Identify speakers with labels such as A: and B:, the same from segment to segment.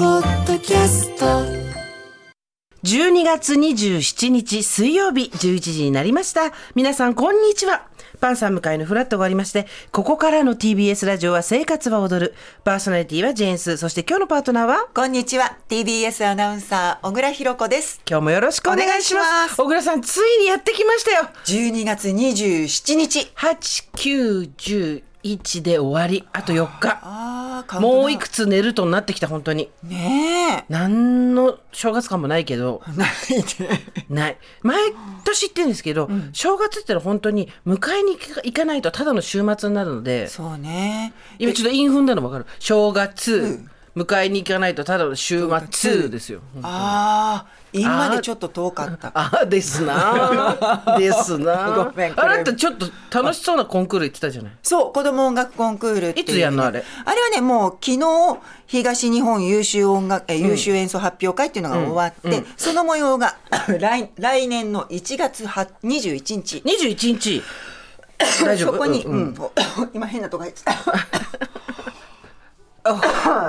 A: キャスト
B: 12月27日水曜日11時になりました。皆さんこんにちは。パンさん向かいのフラットがありまして、ここからの TBS ラジオは生活は踊る。パーソナリティはジェーンス。そして今日のパートナーは
C: こんにちは TBS アナウンサー小倉弘子です
B: 今日もよろしくお願いします。
C: お願いします
B: 小倉さんついにやってきましたよ。
C: 12月27日
B: 8、9、11で終わり。あと4日。
C: ああ
B: もういくつ寝るとなってきた本当に。
C: ね
B: 何の正月感もないけど。
C: えないで
B: ない毎年言ってるんですけど、正月ってのは本当に迎えに行かないとただの週末になるので
C: そうね
B: 今ちょっとイン踏んだの分かる正月、迎えに行かないとただの週末
C: 月
B: ですよ。
C: ああ今までちょっと遠かった
B: ああです なですな
C: ごめんこ
B: あ
C: れ
B: なたちょっと楽しそうなコンクール行ってたじゃない
C: そう子供音楽コンクールってい
B: い
C: う
B: つやんのあれ
C: あれはねもう昨日東日本優秀音楽え優秀演奏発表会っていうのが終わって、その模様が 来来年の1月は21日
B: 21日 大丈夫
C: そこに、
B: う
C: うん
B: うん
C: ん 今変なとこ 入ってた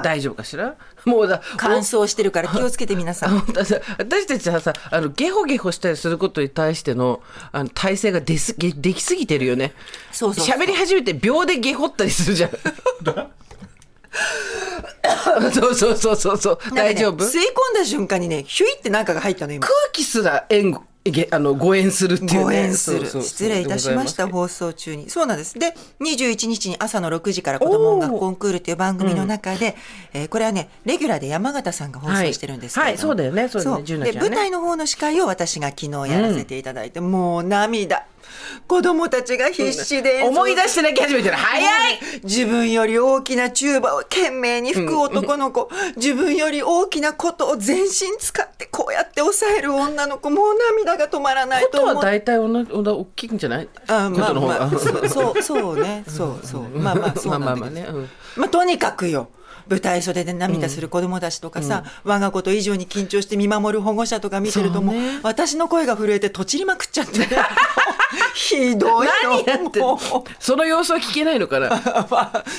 B: 大丈夫かしらもうだ
C: 乾燥してるから気をつけて皆さん
B: 本当さ私たちはさあのゲホゲホしたりすることに対してのあの体制が出すげできすぎてるよね
C: そうそうそう
B: 喋り始めて秒でゲホったりするじ ゃんそうそうそうそうそう、大丈夫
C: なんか
B: 空
C: ね吸い込んだ瞬間にねヒュイってなんかが入ったの今
B: 気すら縁ごげあの誤嚥するっていうね
C: ご縁する
B: そうそうそう
C: 失礼いたしました
B: で
C: 放送中にそうなんですで21日に朝の6時から「子ども音楽コンクール」という番組の中で、えーこれはねレギュラーで山形さんが放送してるんですけれども
B: はいはいそうだよねそうだよね純
C: で
B: 奈ちゃんね
C: 舞台の方の司会を私が昨日やらせていただいて、もう涙子供たちが必死で演奏する
B: 思い出して泣き始めてる早い
C: 自分より大きなチューバを懸命に吹く男の子、自分より大きなことを全身使ってこうやって抑える女の子もう涙が止まらない
B: ことと
C: 思
B: は
C: う
B: 大体同じ大きいんじゃない
C: あま
B: こ
C: あ
B: との方
C: ま
B: が
C: あ そうそうそうねそうそうまあまあそ
B: ま
C: うな
B: あ
C: ん
B: ま
C: だ
B: あ
C: け
B: ね、
C: ど
B: うん
C: まあとにかくよ舞台袖で涙する子供たちとかさ、我が子と以上に緊張して見守る保護者とか見てるともう
B: そうね
C: 私の声が震えてとちりまくっちゃって ひどい
B: 何やってんの
C: のもう
B: その様子は聞けないのかな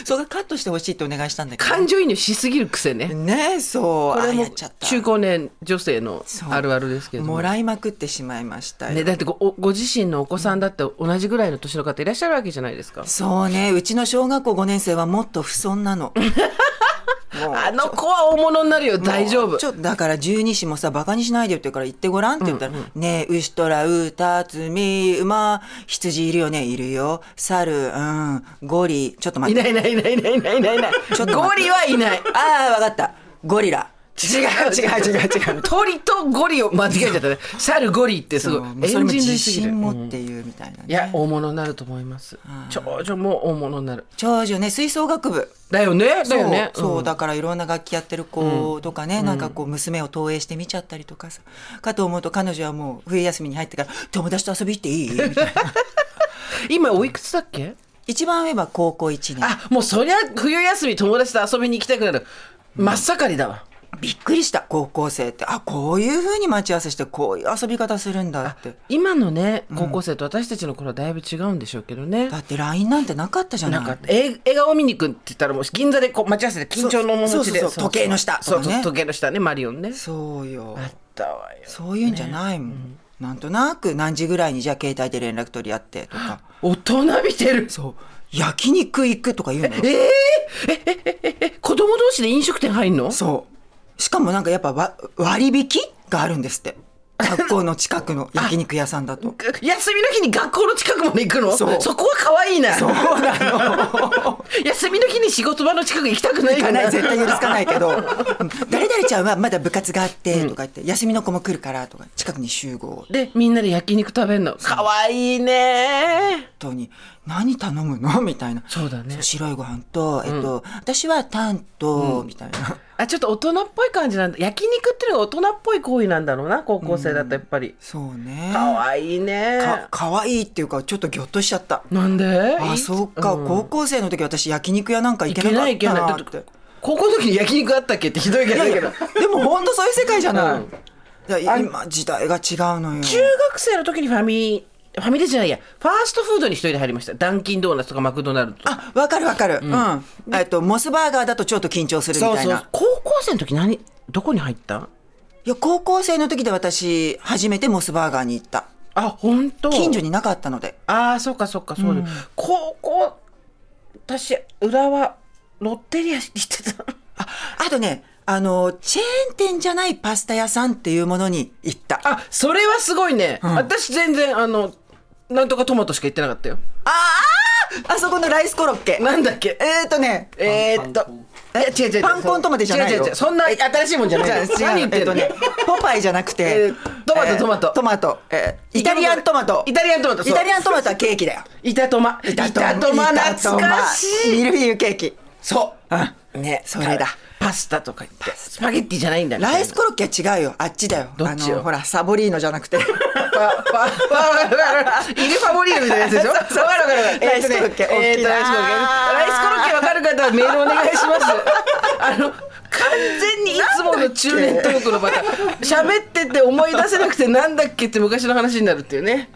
C: それカットしてほしいってお願いしたんだけど
B: 感情移入しすぎる癖ね
C: ねえそう
B: これ
C: あ
B: も
C: やっちゃった
B: 中高年女性の
C: そう
B: あるあるですけども
C: もらいまくってしまいましたよ
B: ね、だってごおご自身のお子さんだって同じぐらいの年の方いらっしゃるわけじゃないですか。
C: そうねうちの小学校5年生はもっと不遜な のもう
B: あの子は大物になるよ大丈
C: もう
B: 夫
C: ちょっとだから十二支もさバカにしないでよって言うから言ってごらんって言ったら「ねえ牛とらうたつみ馬羊いるよねいるよ猿うんゴリちょっと待
B: い
C: って
B: ないいないいないいないいないいないいない
C: ちょっと
B: ゴ
C: 待って
B: リはいない
C: ああわかったゴリラ
B: 違う違う違う違う鳥とゴリを間違えちゃったね猿ゴリってすごい
C: もう
B: エ
C: そ
B: ン
C: れも
B: ジン
C: 自
B: 類すぎる
C: 信持っていうみたいなね、
B: いや大物になると思います長女も大物になる
C: 長女ね吹奏楽部
B: だよねだよね
C: そうそう
B: うん
C: だからいろんな楽器やってる子とかね、なんかこう娘を投影して見ちゃったりとかさかと思うと彼女はもう冬休みに入ってから「友達と遊び行っていい?」みた いな
B: 今おいくつだっけ
C: 一番上は高校1年
B: あもうそりゃ冬休み友達と遊びに行きたくなる真っ盛りだわ
C: びっくりした高校生ってあこういうふうに待ち合わせしてこういう遊び方するんだって
B: 今のね高校生と私たちの頃はだいぶ違うんでしょうけどね、
C: だって LINE なんてなかったじゃない
B: なんかえ映画を見に行くって言ったらもう銀座でこう待ち合わせて緊張の面持ちで
C: そうそうそう時計の下
B: そう
C: と
B: そ
C: か
B: う
C: ね
B: 時計の下ねマリオンね
C: そうよ
B: あったわよ
C: そういうんじゃないもん、なんとなく何時ぐらいにじゃあ携帯で連絡取り合ってとか
B: 大人びてる
C: そう焼肉行くとか言うのよ
B: えー、えええええ子供同士で飲食店入んの
C: そう。しかもなんかやっぱわ割引があるんですって。学校の近 くの焼肉屋さんだと。
B: 休みの日に学校の近くまで行くの
C: そう
B: こは可愛いな
C: そうなの。
B: 休みの日に仕事場の近く行きたくない
C: 行
B: よ
C: か
B: ね
C: ない絶対許さないけど。誰々ちゃんはまだ部活があってとか言って、休みの子も来るからとか近くに集合。
B: でみんなで焼肉食べるの可愛いね
C: 本当に何頼むのみたいな。
B: そうだね
C: 白いご飯とえっと、私はタンと、みたいな。
B: あちょっと大人っぽい感じなんだ焼肉っていうのが大人っぽい行為なんだろうな高校生だとやっぱり、
C: そうね。
B: 可愛いね
C: か可愛いっていうかちょっとぎょっとしちゃった。
B: なんで
C: あそうか、高校生の時私焼肉屋なんか行
B: 行
C: けな
B: け
C: か
B: ない
C: っ
B: 行け
C: た
B: ない
C: な
B: だ
C: っ
B: ってて。高校の時に焼肉あったっけってひどいけどだけど
C: でも本当そういう世界じゃない。
B: うん
C: だから今時代が違うのよ。
B: 中学生の時にファミファミレスじゃないやファーストフードに一人で入りましたダンキンドーナツとかマクドナルドとか
C: あ、わかるわかる。うん。えっとモスバーガーだとちょっと緊張するみたいな。
B: 高校生の時何どこに入った
C: いや高校生の時で私初めてモスバーガーに行った
B: あ本当
C: 近所になかったので
B: ああそうかそうかそうだ、高校私浦和ロッテリア行ってた
C: ああとねあのチェーン店じゃないパスタ屋さんっていうものに行ったあ
B: あそれはすごいね、私全然あのなんとかトマトしか行ってなかったよ
C: あーあそこのライスコロッケ
B: なんだっけ
C: えーとね
B: えー、っとえ違う違う違う
C: パンコントマトじゃないよ
B: 違う違う違うそんな新しいもんじゃないよ
C: じゃあ
B: 何言
C: 違う
B: って
C: えっ
B: んの、
C: とねポパイじゃなくて、
B: えートマト
C: えー
B: トマト
C: トマト、えーイタリアントマト
B: イタリアントマトそう
C: イタリアントマトはケーキだよ
B: イタトマイタトマ懐かしい
C: ミルフィーユケーキ
B: そう、
C: うん
B: ね
C: それだ
B: パスタとか言ってスパゲッティじゃないんだみたいな
C: ライスコロッケは違うよあっちだよ
B: どっちよ
C: あのほらサボリーノじゃなくて
B: パパパパイルファボリーヌみたいなやつでし ょ。わかるわかるわかる。
C: ライスコロッケ
B: えっとねえーとライスコロッケ。
C: あー
B: ライスコロッケわかる方はメールお願いし ます。あの完全にいつもの中年トークのパターン。喋ってて思い出せなくてなんだっけって昔の話になるっていうね。